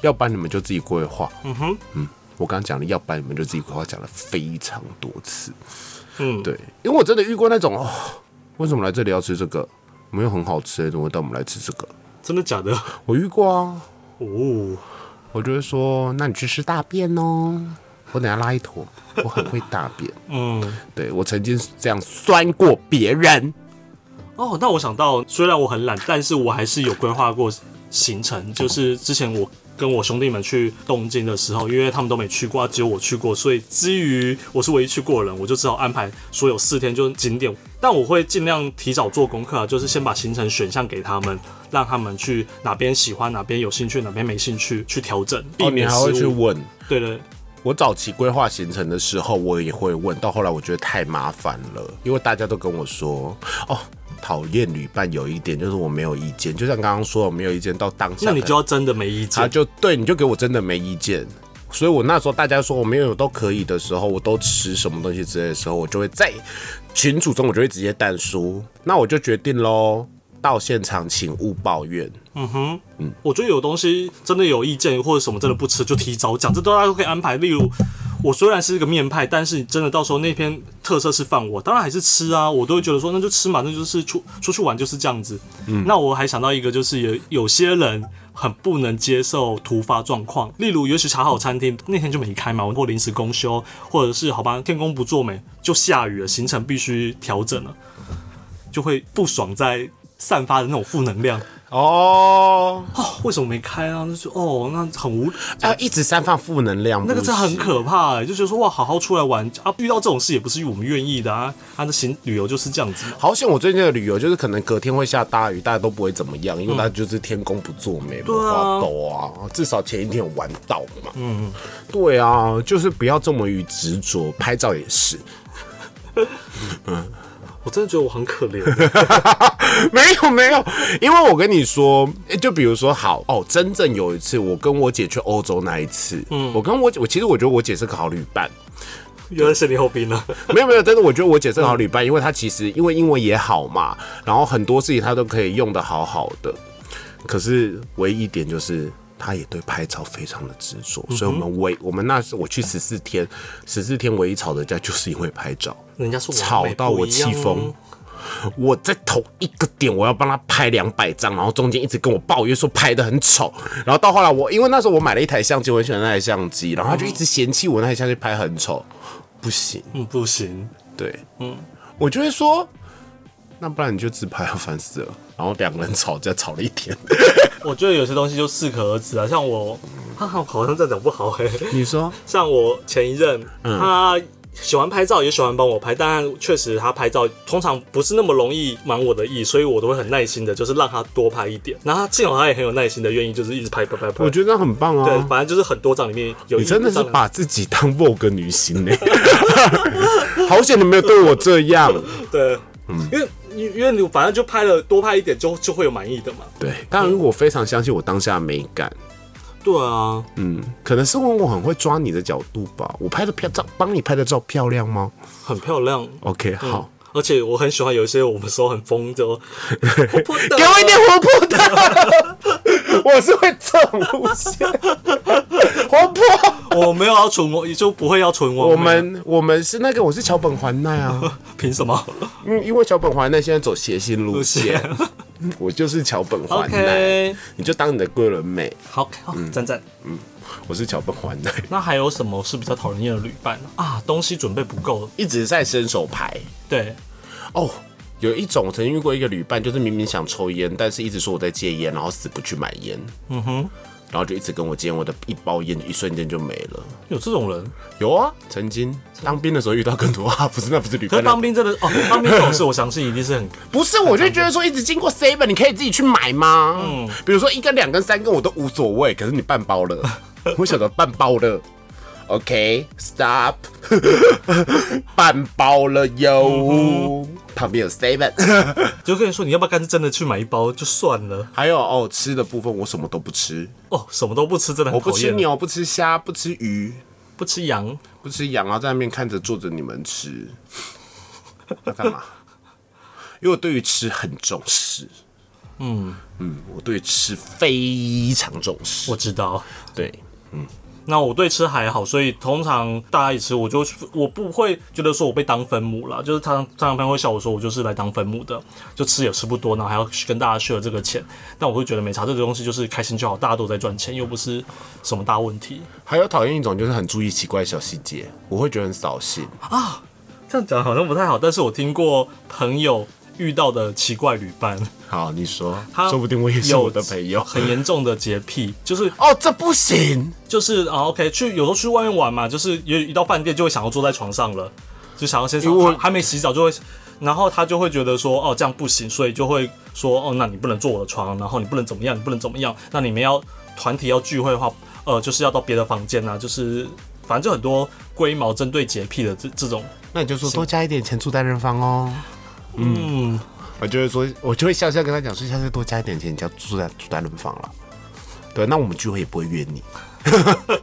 [SPEAKER 1] 要不然你们就自己规划。嗯哼，嗯，我刚刚讲的，要不然你们就自己规划，讲了非常多次。
[SPEAKER 2] 嗯，
[SPEAKER 1] 对，因为我真的遇过那种哦，为什么来这里要吃这个？没有很好吃，怎么会带我们来吃这个？
[SPEAKER 2] 真的假的？
[SPEAKER 1] 我遇过啊，
[SPEAKER 2] 哦，
[SPEAKER 1] 我就会说，那你去吃大便哦。我等下拉一坨，我很会大便。
[SPEAKER 2] <laughs> 嗯，
[SPEAKER 1] 对我曾经这样酸过别人，
[SPEAKER 2] 哦，那我想到，虽然我很懒，但是我还是有规划过行程，就是之前我。跟我兄弟们去东京的时候，因为他们都没去过，啊只有我去过，所以基于我是唯一去过的人，我就只好安排说有四天就是景点，但我会尽量提早做功课啊，就是先把行程选项给他们，让他们去哪边喜欢，哪边有兴趣，哪边没兴趣去调整，避
[SPEAKER 1] 哦，你
[SPEAKER 2] 免
[SPEAKER 1] 还
[SPEAKER 2] 失
[SPEAKER 1] 会去
[SPEAKER 2] 误。
[SPEAKER 1] 问。
[SPEAKER 2] 对对
[SPEAKER 1] 我早期规划行程的时候，我也会问，到后来我觉得太麻烦了，因为大家都跟我说，哦，讨厌旅伴有一点就是我没有意见，就像刚刚说我没有意见，到当下啊
[SPEAKER 2] 那你
[SPEAKER 1] 才
[SPEAKER 2] 就要真的没意
[SPEAKER 1] 他
[SPEAKER 2] 见，
[SPEAKER 1] 就对你就给我真的没意见。所以我那时候大家说我没有都可以的时候，我都吃什么东西之类的时候，我就会在群组中我就会直接淡出。那我就决定喽，到现场请勿抱怨。
[SPEAKER 2] 我觉得有东西真的有意见或者什么真的不吃，就提早讲，这都大家都可以安排。例如，我虽然是一个面派，但是你真的到时候那篇特色是饭，我当然还是吃啊，我都会觉得说那就吃嘛，那就是出出去玩就是这样子。那我还想到一个，就是有有些人很不能接受突发状况，例如也许查好餐厅那天就没开嘛，或临时公休，或者是好吧天公不作美就下雨了，行程必须调整了，就会不爽在散发的那种负能量。
[SPEAKER 1] 哦，
[SPEAKER 2] 哦，为什么没开啊？就是哦，那很无，
[SPEAKER 1] 要一直散发负能量，
[SPEAKER 2] 那个
[SPEAKER 1] 不
[SPEAKER 2] 真的很
[SPEAKER 1] 行
[SPEAKER 2] 可怕、欸，就觉得说哇，好好出来玩啊，遇到这种事也不是我们愿意的啊，他的行旅游就是这样子嘛。
[SPEAKER 1] 好险！我最近的旅游就是可能隔天会下大雨，大家都不会怎么样，因为大家就是天公不作美，不
[SPEAKER 2] 嗯对啊
[SPEAKER 1] 花斗啊，至少前一天有玩到嘛。嗯，对啊，就是不要这么于执着，拍照也是。
[SPEAKER 2] 我真的觉得我很可怜，
[SPEAKER 1] <laughs> 没有没有，因为我跟你说，诶就比如说好哦，真正有一次我跟我姐去欧洲那一次，嗯，我跟我姐，我其实我觉得我姐是个好旅伴，
[SPEAKER 2] 原来是你后兵啊了。
[SPEAKER 1] 没有没有，但是我觉得我姐是个好旅伴，因为她其实因为英文也好嘛，然后很多事情她都可以用的好好的。可是唯一一点就是，她也对拍照非常的执着，所以我们唯我们那是我去十四天，十四天唯一吵的架就是因为拍照，
[SPEAKER 2] <laughs> 人家说我
[SPEAKER 1] 吵
[SPEAKER 2] 美
[SPEAKER 1] 到
[SPEAKER 2] 不
[SPEAKER 1] 我
[SPEAKER 2] 一
[SPEAKER 1] 气
[SPEAKER 2] 样啊
[SPEAKER 1] 疯。我在同一个点，我要帮她拍两百张，然后中间一直跟我抱怨说拍的很丑，然后到后来我因为那时候我买了一台相机，我很喜欢那台相机，然后她就一直嫌弃我那台相机拍很丑。不行。
[SPEAKER 2] 嗯，不行，
[SPEAKER 1] 对，嗯，我就会说，那不然你就自拍啊，烦死了。然后两个人吵架吵了一天。
[SPEAKER 2] 我觉得有些东西就适可而止啊。像我，哈哈，好像这样讲不好哎、
[SPEAKER 1] 你说，
[SPEAKER 2] 像我前一任，
[SPEAKER 1] 嗯
[SPEAKER 2] 他喜欢拍照，也喜欢帮我拍，但确实他拍照通常不是那么容易满我的意，所以我都会很耐心的，就是让他多拍一点。然后他幸好他也很有耐心的，愿意就是一直拍拍拍拍。
[SPEAKER 1] <laughs> 我觉得这样很棒
[SPEAKER 2] 对，
[SPEAKER 1] 啊。
[SPEAKER 2] 反正就是很多张里面有一
[SPEAKER 1] 你真的是
[SPEAKER 2] 张
[SPEAKER 1] 把自己当 Vogue 女星呢、 <laughs> 好险你没有对我这样。
[SPEAKER 2] 对，
[SPEAKER 1] 嗯
[SPEAKER 2] 因为因因为你反正就拍了多拍一点就就会有满意的嘛。
[SPEAKER 1] 对，但如果我非常相信我当下的美感，
[SPEAKER 2] 对啊，
[SPEAKER 1] 嗯，可能是因为我很会抓你的角度吧。我拍的漂照，帮你拍的照漂亮吗
[SPEAKER 2] 很漂亮。
[SPEAKER 1] ？OK，好，
[SPEAKER 2] 而且我很喜欢有一些我们说很
[SPEAKER 1] <laughs>
[SPEAKER 2] 疯的，活泼的，
[SPEAKER 1] 给我一点活泼的， <laughs> 我是会这种路线，活泼。
[SPEAKER 2] 我没有要纯我，也就不会要纯我。
[SPEAKER 1] 我们我们是那个，我是桥本环奈 <laughs> 啊，
[SPEAKER 2] 凭什么
[SPEAKER 1] 嗯，因为桥本环奈现在走谐星路
[SPEAKER 2] 不行
[SPEAKER 1] 线，我就是桥本环奈，
[SPEAKER 2] ？OK，
[SPEAKER 1] 你就当你的桂纶镁，
[SPEAKER 2] 好，好，
[SPEAKER 1] 嗯
[SPEAKER 2] 赞赞。
[SPEAKER 1] 我是桥本环奈，
[SPEAKER 2] 那还有什么是比较讨人厌的旅伴啊？东西准备不够，
[SPEAKER 1] 一直在伸手牌
[SPEAKER 2] 对，
[SPEAKER 1] 哦。有一种我曾经遇过一个旅伴，就是明明想抽烟，但是一直说我在戒烟，然后死不去买烟，嗯哼，然后就一直跟我戒烟，我的一包烟一瞬间就没了。
[SPEAKER 2] 有这种人。
[SPEAKER 1] 有啊，曾经当兵的时候遇到更多啊，不是那不是旅
[SPEAKER 2] 可
[SPEAKER 1] 伴
[SPEAKER 2] 是，当兵真的哦，当兵这种事，我相信一定是很 <laughs>
[SPEAKER 1] 不是，我就觉得说，一直经过 seven，你可以自己去买吗？嗯，比如说一根、两根、三根，我都无所谓。可是你半包
[SPEAKER 2] <laughs>
[SPEAKER 1] 了，我晓得半包了。OK，stop，、半包了哟。
[SPEAKER 2] 嗯
[SPEAKER 1] 旁边有 seven，
[SPEAKER 2] 就跟你说，你要不要干脆真的去买一包就算了？
[SPEAKER 1] 还有哦，吃的部分我什么都不吃，
[SPEAKER 2] 哦，什么都不吃，真的
[SPEAKER 1] 我
[SPEAKER 2] 很
[SPEAKER 1] 不
[SPEAKER 2] 讨
[SPEAKER 1] 吃
[SPEAKER 2] 厌。
[SPEAKER 1] 牛，不吃虾，不吃鱼，
[SPEAKER 2] 不吃羊，
[SPEAKER 1] 不吃羊，啊然后在那边看着坐着你们吃， <laughs> 要干嘛？因为我对于吃很重视。嗯嗯，我对于吃非常重视。
[SPEAKER 2] 我知道。
[SPEAKER 1] 对，
[SPEAKER 2] 那我对吃还好，所以通常大家一起吃，我就我不会觉得说我被当分母啦，就是常常常朋友会笑我说我就是来当分母的，就吃也吃不多，然后还要跟大家 share 这个钱，但我会觉得没差，这个东西就是开心就好，大家都在赚钱，又不是什么大问题
[SPEAKER 1] 还有讨厌一种就是很注意奇怪的小细节，我会觉得很扫兴。
[SPEAKER 2] 啊。这样讲好像不太好，但是我听过朋友遇到的奇怪旅伴，
[SPEAKER 1] 好，你说，
[SPEAKER 2] 他
[SPEAKER 1] 说不定我也是
[SPEAKER 2] 有
[SPEAKER 1] 我的朋友。
[SPEAKER 2] <laughs> 很严重的洁癖，就是
[SPEAKER 1] 哦，这不行，
[SPEAKER 2] 就是啊，OK，去有时候去外面玩嘛，就是有一到饭店就会想要坐在床上了，就想要先
[SPEAKER 1] 因为
[SPEAKER 2] 上，还没洗澡就会，然后他就会觉得说，哦，这样不行，所以就会说，哦，那你不能坐我的床，然后你不能怎么样，你不能怎么样，那你们要团体要聚会的话，呃，就是要到别的房间啊，就是反正就很多龟毛针对洁癖的这这种， <laughs>
[SPEAKER 1] 那你就说多加一点钱住单人房哦。
[SPEAKER 2] 嗯，
[SPEAKER 1] 我就会说，我就会笑笑跟他讲说，下次多加一点钱，你就要住在住单人房了。对，那我们聚会也不会约 <laughs> 你，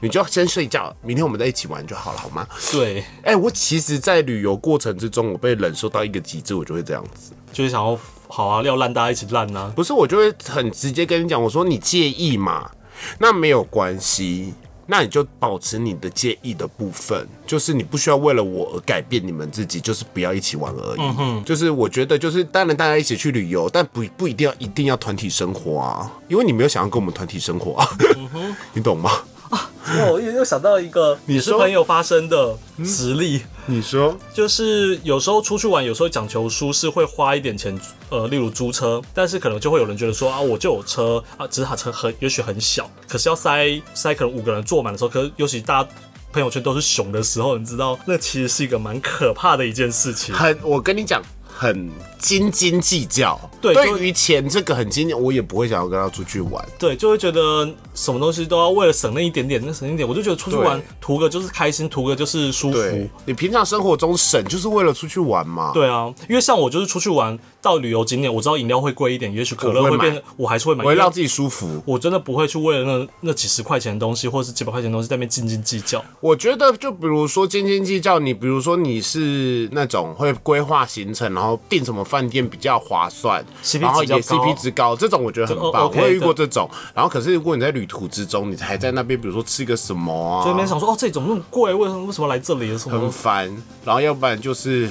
[SPEAKER 1] 你就要先睡觉，明天我们再一起玩就好了，好吗？
[SPEAKER 2] 对，
[SPEAKER 1] 哎、我其实，在旅游过程之中，我被忍受到一个极致，我就会这样子。
[SPEAKER 2] 就是想要好啊，要烂大家一起烂啊，
[SPEAKER 1] 不是，我就会很直接跟你讲，我说你介意嘛，那没有关系，那你就保持你的介意的部分，就是你不需要为了我而改变你们自己，就是不要一起玩而已。
[SPEAKER 2] 嗯
[SPEAKER 1] 就是我觉得，就是当然大家一起去旅游，但不不一定要一定要团体生活啊，因为你没有想要跟我们团体生活啊，
[SPEAKER 2] 嗯
[SPEAKER 1] <laughs> 你懂吗？
[SPEAKER 2] 哦，我又想到一个也是
[SPEAKER 1] 说
[SPEAKER 2] 朋友发生的实例。
[SPEAKER 1] 你说
[SPEAKER 2] 就是有时候出去玩，有时候讲求舒适，会花一点钱，呃，例如租车，但是可能就会有人觉得说啊，我就有车啊，只是它车很也许很小，可是要塞塞可能五个人坐满的时候，可是尤其大家朋友圈都是熊的时候，你知道，那其实是一个蛮可怕的一件
[SPEAKER 1] <laughs>
[SPEAKER 2] 事情。
[SPEAKER 1] 很，我跟你讲。很斤斤计较，
[SPEAKER 2] 对就
[SPEAKER 1] 对于钱这个很斤，我也不会想要跟他出去玩。
[SPEAKER 2] 对，就会觉得什么东西都要为了省那一点点，那省一点，我就觉得出去玩
[SPEAKER 1] 对
[SPEAKER 2] 图个就是开心，图个就是舒服
[SPEAKER 1] 对。你平常生活中省就是为了出去玩嘛。
[SPEAKER 2] 对啊，因为像我就是出去玩到旅游景点，我知道饮料会贵一点，也许可乐
[SPEAKER 1] 我会
[SPEAKER 2] 会
[SPEAKER 1] 买
[SPEAKER 2] 变得，我还是会买。
[SPEAKER 1] 我会让自己舒服。
[SPEAKER 2] 我真的不会去为了那那几十块钱的东西，或是几百块钱的东西在那边斤斤计较。
[SPEAKER 1] 我觉得，就比如说斤斤计较，你比如说你是那种会规划行程，然后订什么饭店比较划算
[SPEAKER 2] CP，
[SPEAKER 1] 然后也
[SPEAKER 2] 值较高
[SPEAKER 1] CP 值高，这种我觉得很
[SPEAKER 2] 这哦
[SPEAKER 1] 棒。我
[SPEAKER 2] ，OK，
[SPEAKER 1] 也遇过这种。然后可是如果你在旅途之中，你还在那边，比如说吃个什么啊，
[SPEAKER 2] 就那边想说，哦，这怎么那么贵？为什么为什么来这里？什
[SPEAKER 1] 很
[SPEAKER 2] 么？
[SPEAKER 1] 烦。然后要不然就是，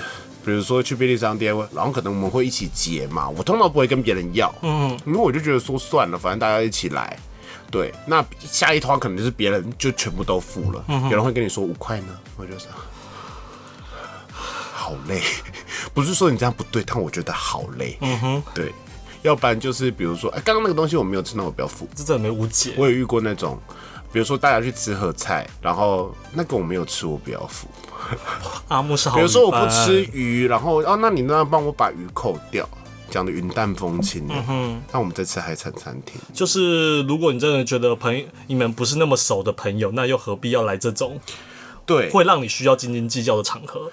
[SPEAKER 1] 比如说去便利商店，然后可能我们会一起结嘛。我通常不会跟别人要，嗯，因为我就觉得说算了，反正大家一起来。对，那嗯下一团可能就是别人就全部都付了，有人会跟你说五块呢，我就说好累，不是说你这样不对，但我觉得好累。嗯哼，对。要不然就是比如说，哎、刚刚那个东西我没有吃，那我不要付。
[SPEAKER 2] 这真的没无解。
[SPEAKER 1] 我有遇过那种，比如说大家去吃合菜，然后那个我没有吃，我不要付。
[SPEAKER 2] 阿木是好，
[SPEAKER 1] 比如说我不吃，鱼，然后哦，那你那帮我把鱼扣掉，讲的云淡风轻的。嗯，那我们在吃海产餐厅，
[SPEAKER 2] 就是如果你真的觉得朋友你们不是那么熟的朋友，那又何必要来这种
[SPEAKER 1] 对
[SPEAKER 2] 会让你需要斤斤计较的场合？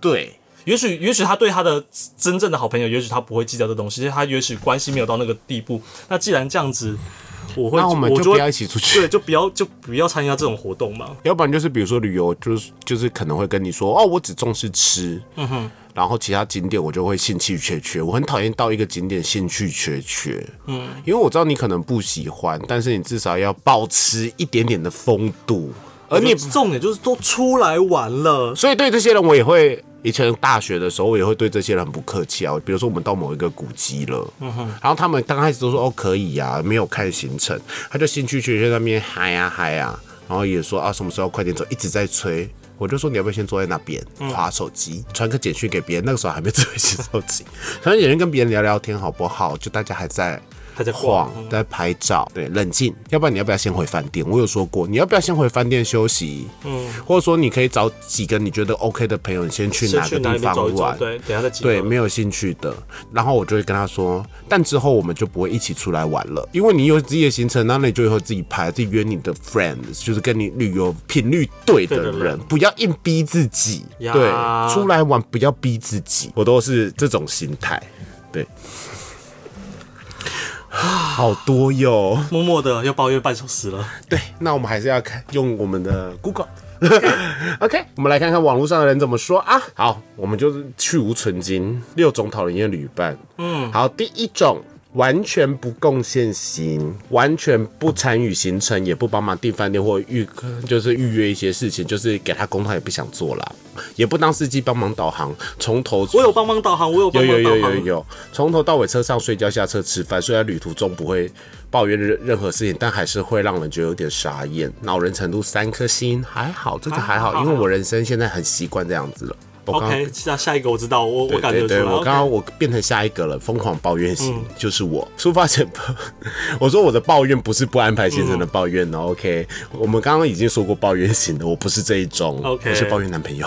[SPEAKER 1] 对，
[SPEAKER 2] 也许，也许他对他的真正的好朋友，也许他不会计较这东西，他也许关系没有到那个地步。那既然这样子，我会，
[SPEAKER 1] 那我们
[SPEAKER 2] 我
[SPEAKER 1] 就不
[SPEAKER 2] 会
[SPEAKER 1] 要一起出去
[SPEAKER 2] 对，。就不要就不要参加这种活动嘛。
[SPEAKER 1] 要不然就是比如说旅游，就是就是可能会跟你说哦，我只重视吃，嗯哼，然后其他景点我就会兴趣缺缺。我很讨厌到一个景点兴趣缺缺，嗯，因为我知道你可能不喜欢，但是你至少要保持一点点的风度，而你也
[SPEAKER 2] 我觉得重点就是都出来玩了，
[SPEAKER 1] 所以对这些人，我也会以前大学的时候，我也会对这些人很不客气啊。比如说，我们到某一个古迹了，
[SPEAKER 2] 嗯
[SPEAKER 1] 然后他们刚开始都说哦可以呀、啊，没有看行程，他就兴趣缺缺在那边嗨呀、嗨呀、然后也说啊什么时候快点走，一直在催。我就说你要不要先坐在那边
[SPEAKER 2] 嗯
[SPEAKER 1] 划手机，传个简讯给别人。那个时候还没智慧型手机，传个简讯跟别人聊聊天好不好？就大家还在
[SPEAKER 2] 还在
[SPEAKER 1] 晃
[SPEAKER 2] 晃，
[SPEAKER 1] 在拍照，对，冷静。要不然你要不要先回饭店？我有说过，你要不要先回饭店休息？嗯，或者说你可以找几个你觉得 OK 的朋友，你先去
[SPEAKER 2] 先
[SPEAKER 1] 哪
[SPEAKER 2] 去
[SPEAKER 1] 个
[SPEAKER 2] 哪
[SPEAKER 1] 地
[SPEAKER 2] 里
[SPEAKER 1] 方
[SPEAKER 2] 走一走
[SPEAKER 1] 玩？，
[SPEAKER 2] 对，等一下再集合
[SPEAKER 1] 对，没有兴趣的，然后我就会跟他说，但之后我们就不会一起出来玩了，因为你有自己的行程，那你就以后自己排，自己约你的 friends，就是跟你旅游频率对的
[SPEAKER 2] 对的
[SPEAKER 1] 人
[SPEAKER 2] 人，
[SPEAKER 1] 不要硬逼自己。
[SPEAKER 2] 呀
[SPEAKER 1] 对，出来玩不要逼自己，我都是这种心态。对，好多哟。
[SPEAKER 2] 默默的要抱怨半小时了。
[SPEAKER 1] 对，那我们还是要看用我们的 Google。OK，我们来看看网络上的人怎么说啊。好，我们就是去无存精，六种讨人厌旅伴。嗯，好，第一种。完全不贡献型，完全不参与行程，也不帮忙订饭店或预，就是预约一些事情，就是给他工他也不想做啦，也不当司机帮忙导航，从头
[SPEAKER 2] 我有帮忙导航，我有帮
[SPEAKER 1] 有有
[SPEAKER 2] 忙导
[SPEAKER 1] 有
[SPEAKER 2] 航，
[SPEAKER 1] 有有，从头到尾车上睡觉、下车吃饭，虽然旅途中不会抱怨任任何事情，但还是会让人觉得有点傻眼。恼人程度三颗星，还好，这个还
[SPEAKER 2] 还
[SPEAKER 1] 好，
[SPEAKER 2] 好
[SPEAKER 1] 因为我人生现在很习惯这样子了。我刚
[SPEAKER 2] OK，下下一个我知道，我我感觉
[SPEAKER 1] 对对，
[SPEAKER 2] 出来。
[SPEAKER 1] 我
[SPEAKER 2] OK 嗯
[SPEAKER 1] 刚刚我变成下一个了，疯狂抱怨型、就是我。出发前， <laughs> 我说我的抱怨不是不安排行程的抱怨
[SPEAKER 2] 嗯
[SPEAKER 1] 哦。OK，我们刚刚已经说过抱怨型的，我不是这一种
[SPEAKER 2] OK
[SPEAKER 1] 我是抱怨男朋友，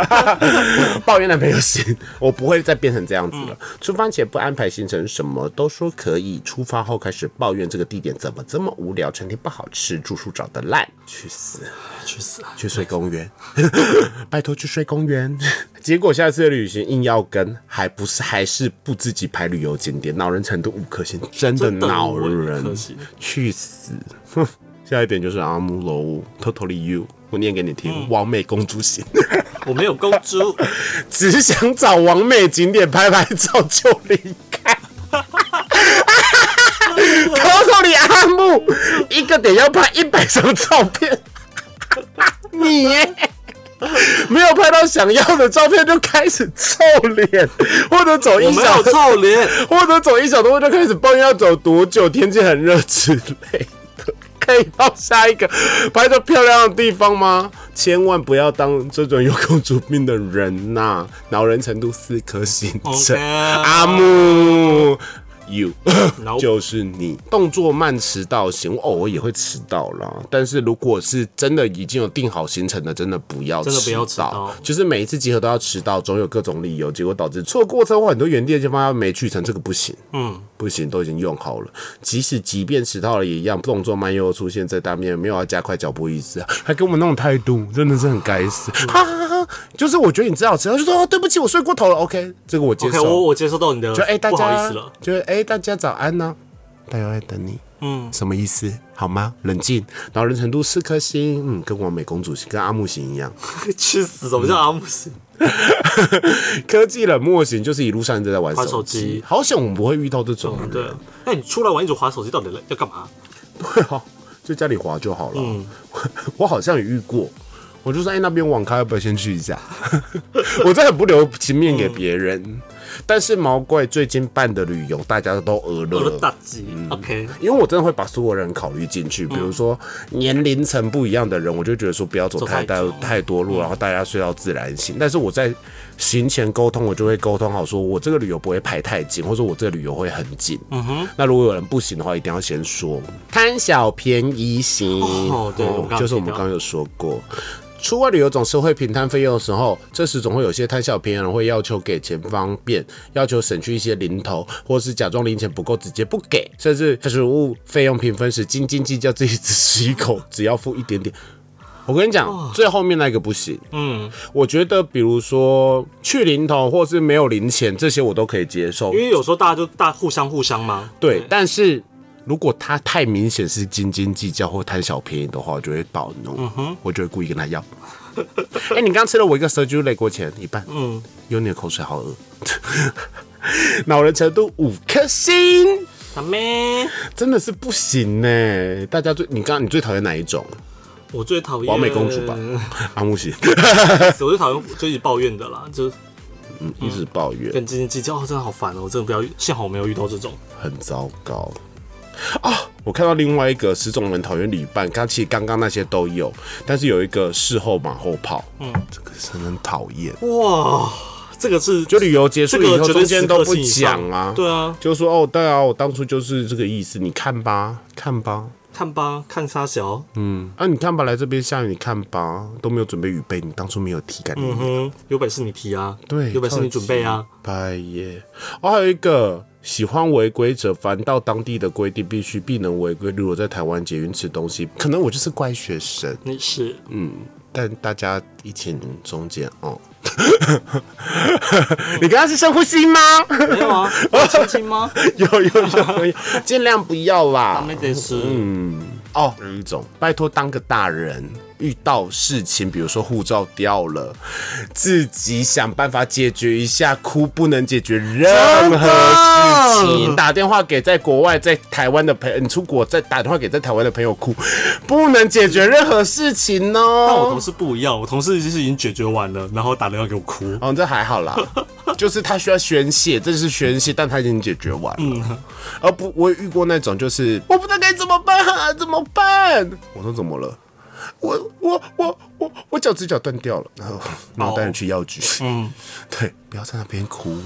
[SPEAKER 1] <laughs> 抱怨男朋友型，我不会再变成这样子了。
[SPEAKER 2] 嗯
[SPEAKER 1] 出发前不安排行程，什么都说可以，出发后开始抱怨这个地点怎么这么无聊，餐厅不好吃，住宿找的烂，去死！
[SPEAKER 2] 去死啊！
[SPEAKER 1] 去睡公园， <laughs> 拜托去睡公园。 <laughs> 结果下次的旅行硬要跟，还不是还是不自己排旅游景点，恼人程度五颗星，真的
[SPEAKER 2] 真的
[SPEAKER 1] 恼
[SPEAKER 2] 五颗
[SPEAKER 1] 人
[SPEAKER 2] 星，
[SPEAKER 1] 去死！ <laughs> 哼，下一点就是阿姆罗乌，Totally You，我念给你
[SPEAKER 2] 嗯
[SPEAKER 1] 听，完美公主型，
[SPEAKER 2] 我没有公猪，
[SPEAKER 1] 只想找完美景点拍拍照就离开。Totally 阿木，一个点要拍一百张照片， <laughs> 你耶。没有拍到想要的照片就开始臭脸，或者走 <laughs>
[SPEAKER 2] 我
[SPEAKER 1] 一
[SPEAKER 2] 没
[SPEAKER 1] 小
[SPEAKER 2] 有臭脸。
[SPEAKER 1] <laughs> 或者走一小段路就开始抱怨要走多久，天气很热之类的。可以到下一个 <laughs> 拍到漂亮的地方吗？千万不要当这种有公主病的人呐、恼人程度四颗星
[SPEAKER 2] OK
[SPEAKER 1] 这阿木。You
[SPEAKER 2] No
[SPEAKER 1] 就是你，动作慢迟到型，我偶尔也会迟到啦。但是如果是真的已经有定好行程的，真的不要
[SPEAKER 2] 真的不要迟
[SPEAKER 1] 到
[SPEAKER 2] 到，
[SPEAKER 1] 就是每一次集合都要迟到，总有各种理由，结果导致错过车或很多原地的地方要没去成，这个不行。嗯，不行，都已经用好了。即使即便迟到了也一样，动作慢又出现在大面，没有要加快脚步意思，还给我们那种态度，真的是很该死。
[SPEAKER 2] 嗯
[SPEAKER 1] 哈哈哈哈！就是我觉得你知道，只要就说、哦、对不起，我睡过头了。OK，这个我接
[SPEAKER 2] OK，
[SPEAKER 1] 受。
[SPEAKER 2] 我我接收到你的，
[SPEAKER 1] 就哎、大
[SPEAKER 2] 不
[SPEAKER 1] 家
[SPEAKER 2] 好意思了。 <laughs>
[SPEAKER 1] 就哎、大家早安呢、大家在等你。嗯，什么意思？好吗？冷静，老人程度四颗星，嗯，跟完美公主型，跟阿木型一样。 <laughs>
[SPEAKER 2] 去死！什么叫
[SPEAKER 1] 嗯
[SPEAKER 2] 阿姆斯？
[SPEAKER 1] 科技冷漠型就是一路上一直在玩
[SPEAKER 2] 玩
[SPEAKER 1] 手
[SPEAKER 2] 手
[SPEAKER 1] 机
[SPEAKER 2] 机，
[SPEAKER 1] 好险我们不会遇到这种人，
[SPEAKER 2] 对，那你出来玩一直滑手机，到底要干嘛？
[SPEAKER 1] 对
[SPEAKER 2] 嗯
[SPEAKER 1] 啊， <laughs> 就家里滑就好了。 <laughs> 我好像也遇过， <laughs>
[SPEAKER 2] 嗯
[SPEAKER 1] 我就说哎、那边网咖要不要先去一下？我真的很不留情面给别人，但是毛怪最近办的旅游，大家都鹅
[SPEAKER 2] 我
[SPEAKER 1] 乐
[SPEAKER 2] 的。大吉，OK，
[SPEAKER 1] 嗯因为我真的会把所有人考虑进去，比如说年龄层不一样的人，我就觉得说不要走
[SPEAKER 2] 走
[SPEAKER 1] 太嗯
[SPEAKER 2] 太
[SPEAKER 1] 大
[SPEAKER 2] 久
[SPEAKER 1] 太多路，然后大家睡到自然醒。但是我在行前沟通，我就会沟通好，说我这个旅游不会排太紧，或者我这个旅游会很紧。嗯哼，那如果有人不行的话，一定要先说贪小便宜行。
[SPEAKER 2] 哦对我刚刚
[SPEAKER 1] 就是我
[SPEAKER 2] 提
[SPEAKER 1] 们
[SPEAKER 2] 到
[SPEAKER 1] 刚刚有说过。出外旅游总是会平摊费用的时候，这时总会有些贪小便宜的人会要求给钱方便，要求省去一些零头，或是假装零钱不够直接不给，甚至食物费用平分时斤斤计较，自己只吃一口，只要付一点点。我跟你
[SPEAKER 2] 哦
[SPEAKER 1] 讲，最后面那个不行。
[SPEAKER 2] 嗯，
[SPEAKER 1] 我觉得，比如说去零头或是没有零钱，这些我都可以接受
[SPEAKER 2] 因。为有时候大家就大互相互相嘛，
[SPEAKER 1] 对，但是如果他太明显是斤斤计较或贪小便宜的话，我就会暴怒，我就会故意跟他要。 <laughs> 哎、你刚吃了我一个蛇居累过钱一半，嗯，有你的口水好饿， <laughs> 恼人程度五颗星，
[SPEAKER 2] 阿妹，
[SPEAKER 1] 真的是不行呢、大家最你刚你最讨厌哪一种？
[SPEAKER 2] 我最讨厌
[SPEAKER 1] 完美公主
[SPEAKER 2] <laughs>
[SPEAKER 1] 吧，阿木喜 <laughs>
[SPEAKER 2] 我最讨厌就一直抱怨的啦，就
[SPEAKER 1] 一直抱怨，
[SPEAKER 2] 跟斤斤计较，哦真的好烦哦，我真的不要遇，幸好我没有遇到这种。
[SPEAKER 1] 很糟糕啊！我看到另外一个十种人讨厌旅伴，刚其实刚刚那些都有，但是有一个事后马后炮，嗯，这个真的很讨厌。
[SPEAKER 2] 哇，这个是
[SPEAKER 1] 就旅游结
[SPEAKER 2] 这
[SPEAKER 1] 束以
[SPEAKER 2] 个
[SPEAKER 1] 后，
[SPEAKER 2] 绝
[SPEAKER 1] 中
[SPEAKER 2] 对
[SPEAKER 1] 间
[SPEAKER 2] 是
[SPEAKER 1] 都不讲啊，
[SPEAKER 2] 对啊，
[SPEAKER 1] 就说哦，对啊，我当初就是这个意思，你看吧，看吧，
[SPEAKER 2] 看吧，看沙小，
[SPEAKER 1] 嗯，啊，你看吧，来这边下雨，你看吧，都没有准备雨备，你当初没有提感觉。
[SPEAKER 2] 嗯哼，有本事你提啊，
[SPEAKER 1] 对，
[SPEAKER 2] 有本事你准备啊，。
[SPEAKER 1] 拜耶！哦，还有一个喜欢违规者，凡到当地的规定必须必能违规。例如果在台湾捷运吃东西，可能我就是乖学生，
[SPEAKER 2] 你是
[SPEAKER 1] 但大家疫情中间
[SPEAKER 2] <laughs>
[SPEAKER 1] 哦，你刚刚是深呼吸吗？ <laughs>
[SPEAKER 2] 没有啊？有亲亲吗？
[SPEAKER 1] 有有有有，尽量不要啦。
[SPEAKER 2] 没得是，
[SPEAKER 1] 哦，有一种，拜托当个大人，遇到事情，比如说护照掉了，自己想办法解决一下，哭不能解决任何事情。打电话给在国外、在台湾的朋友，你出国再打电话给在台湾的朋友哭，不能解决任何事情
[SPEAKER 2] 但我
[SPEAKER 1] 哦
[SPEAKER 2] 同。事不一样，我同事就是已经解决完了，然后打电话给我哭，
[SPEAKER 1] 哦，这还好啦， <laughs> 就是他需要宣泄，这是宣泄，但他已经解决完了。而不，我也遇过那种，就是我不知道该怎么办啊，怎么办？我说怎么了？我我我我我脚趾甲断掉了，然后然后带人去药局。嗯， <laughs> 对，不要在那边哭，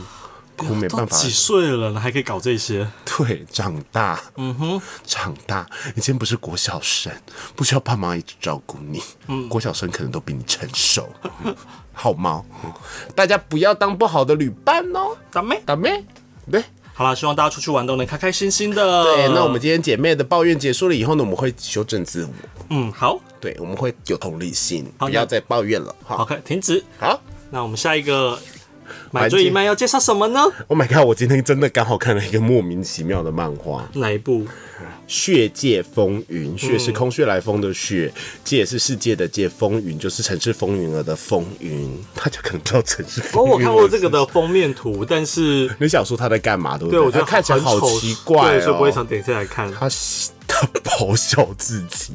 [SPEAKER 1] 哭没办
[SPEAKER 2] 都
[SPEAKER 1] 法。
[SPEAKER 2] 几岁了，你还可以搞这些？
[SPEAKER 1] <laughs> 对，长大，嗯哼，长大，你今天不是国小生，不需要爸妈一直照顾你，嗯，国小生可能都比你成熟， <laughs> 嗯好吗？嗯大家不要当不好的旅伴哦，
[SPEAKER 2] 打妹，
[SPEAKER 1] 打妹。对
[SPEAKER 2] 好啦，希望大家出去玩都能开开心心的。
[SPEAKER 1] 对，那我们今天姐妹的抱怨结束了以后呢，我们会修正自我，
[SPEAKER 2] 嗯，好，
[SPEAKER 1] 对，我们会有同理心，
[SPEAKER 2] 好
[SPEAKER 1] 不要
[SPEAKER 2] 那
[SPEAKER 1] 再抱怨了。好，
[SPEAKER 2] 好看，停止。
[SPEAKER 1] 好
[SPEAKER 2] 那我们下一个买
[SPEAKER 1] 环
[SPEAKER 2] 醉
[SPEAKER 1] 节
[SPEAKER 2] 一漫要介绍什么呢？
[SPEAKER 1] ，Oh my god！我今天真的刚好看了一个莫名其妙的漫画，
[SPEAKER 2] 哪一部？
[SPEAKER 1] 血界风
[SPEAKER 2] 嗯
[SPEAKER 1] 云，血是空穴来风的血，界是世界的界，风云就是城市风云儿的风云，大家可能知道城市
[SPEAKER 2] 哦，
[SPEAKER 1] 风云。
[SPEAKER 2] 我看过这个。的封面图，但是 <laughs>
[SPEAKER 1] 你想说他在干嘛，对不
[SPEAKER 2] 对我觉得
[SPEAKER 1] 他看起来
[SPEAKER 2] 很
[SPEAKER 1] 好
[SPEAKER 2] 丑
[SPEAKER 1] 奇怪、哦，
[SPEAKER 2] 对，所以不会想点进来看。
[SPEAKER 1] 他是他咆哮自己，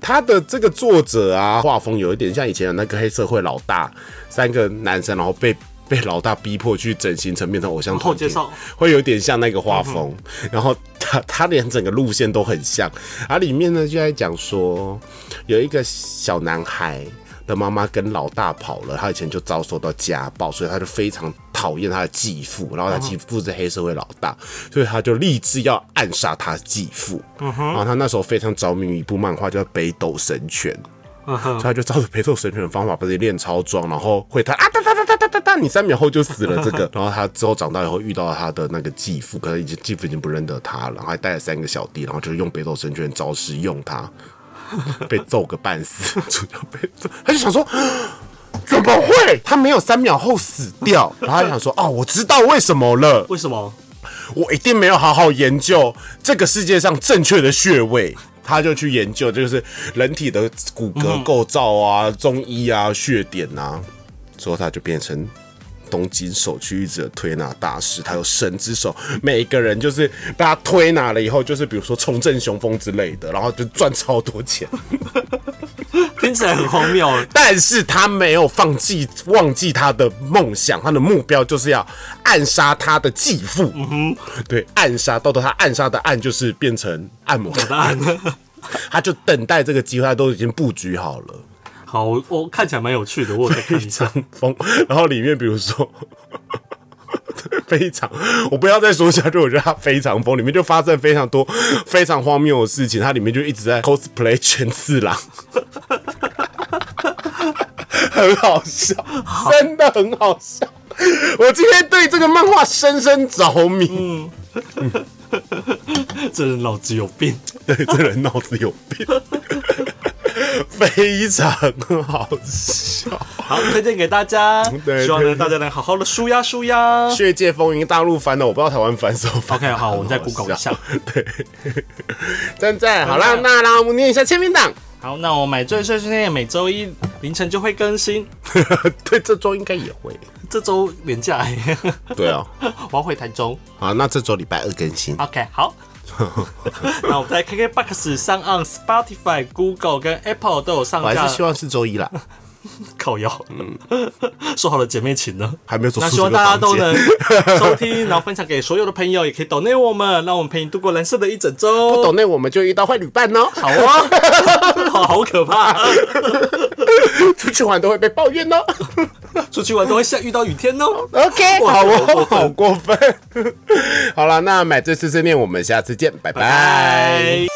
[SPEAKER 1] 他的这个作者啊，画风有一点像以前的那个黑社会老大，三个男生，然后被被老大逼迫去整形成变成偶像团体
[SPEAKER 2] 然后哦 <laughs> 介绍，
[SPEAKER 1] <laughs> 会有点像那个画风。然后他他连整个路线都很像，而里面呢就在讲说，有一个小男孩。的妈妈跟老大跑了，他以前就遭受到家暴，所以他就非常讨厌他的继父，然后他继父是黑社会老大，所以他就立志要暗杀他继父。然后他那时候非常着迷于一部漫画叫《北斗神拳》，
[SPEAKER 2] 嗯哼
[SPEAKER 1] 所以他就照着北斗神拳的方法，把自己练超壮，然后会弹啊哒哒哒哒哒哒哒，你三秒后就死了这个。然后他之后长大以后遇到了他的那个继父，可能已经继父已经不认得他了，然后还带了三个小弟，然后就是用北斗神拳招式用他，被揍个半死， <laughs> 主角被揍，他就想说。怎么会？他没有三秒后死掉，然后他想说：“哦，我知道为什么了，
[SPEAKER 2] <laughs> 为什么？
[SPEAKER 1] 我一定没有好好研究这个世界上正确的穴位。他就去研究，就是人体的骨骼构造啊、中医啊、穴点啊，之后他就变成东京首屈一指的推拿大师，他有神之手，每一个人就是大家推拿了以后，就是比如说重振雄风之类的，然后就赚超多钱。
[SPEAKER 2] 听起来很荒谬。
[SPEAKER 1] 但是他没有放弃忘记他的梦想，他的目标就是要暗杀他的继父。嗯哼，对，暗杀，到头他暗杀的案就是变成按摩的案， <laughs> 他就等待这个机会，他都已经布局好了。
[SPEAKER 2] 好，我我看起来蛮有趣的，我有在看一 <laughs> 下。
[SPEAKER 1] 风， <laughs> 然后里面比如说。非常，我不要再说下去。我觉得它非常疯，里面就发生非常多非常荒谬的事情。它里面就一直在 cosplay 全次郎， <laughs> 很好笑，真的很好笑。我今天对这个漫画深深着迷。
[SPEAKER 2] 嗯，这人脑子有病。
[SPEAKER 1] 对，这人脑子有病。 <laughs> 非常好笑，
[SPEAKER 2] <laughs> <laughs> 好推荐给大家，希望呢大家能好好的舒压舒压。
[SPEAKER 1] 血界风云大陆翻的，我不知道台湾翻什么。
[SPEAKER 2] OK，好，我们再 Google 一下。
[SPEAKER 1] 对，赞赞，好啦，那让我们念一下签名档。
[SPEAKER 2] 好，那我买醉碎碎念每周一凌晨就会更新。
[SPEAKER 1] <laughs> 对，这周应该也会。
[SPEAKER 2] 这周年假。
[SPEAKER 1] 对啊，
[SPEAKER 2] <laughs> 我要回台中。
[SPEAKER 1] 好，那这周礼拜二更新。
[SPEAKER 2] OK，好。
[SPEAKER 1] <laughs>
[SPEAKER 2] 那我们在 KKBOX 上、on Spotify、Google 跟 Apple 都有上架。
[SPEAKER 1] 我还是希望是周一 <laughs> 啦。
[SPEAKER 2] 靠腰，嗯，说好了姐妹情呢，
[SPEAKER 1] 还没有走。
[SPEAKER 2] 那希望大家都能收听，然后分享给所有的朋友，也可以抖内我们，让我们陪你度过蓝色的一整周。
[SPEAKER 1] <laughs> 不抖内我们就遇到坏旅伴 <laughs> 哦。
[SPEAKER 2] 好啊、 <laughs> 哦，好好可怕、啊。
[SPEAKER 1] 出去玩都会被抱 <laughs> 怨哦，
[SPEAKER 2] 出去玩都会下遇到雨天哦。
[SPEAKER 1] OK，好哦， <laughs> 好过分。好了，那买醉碎碎念，我们下次见，拜拜。拜拜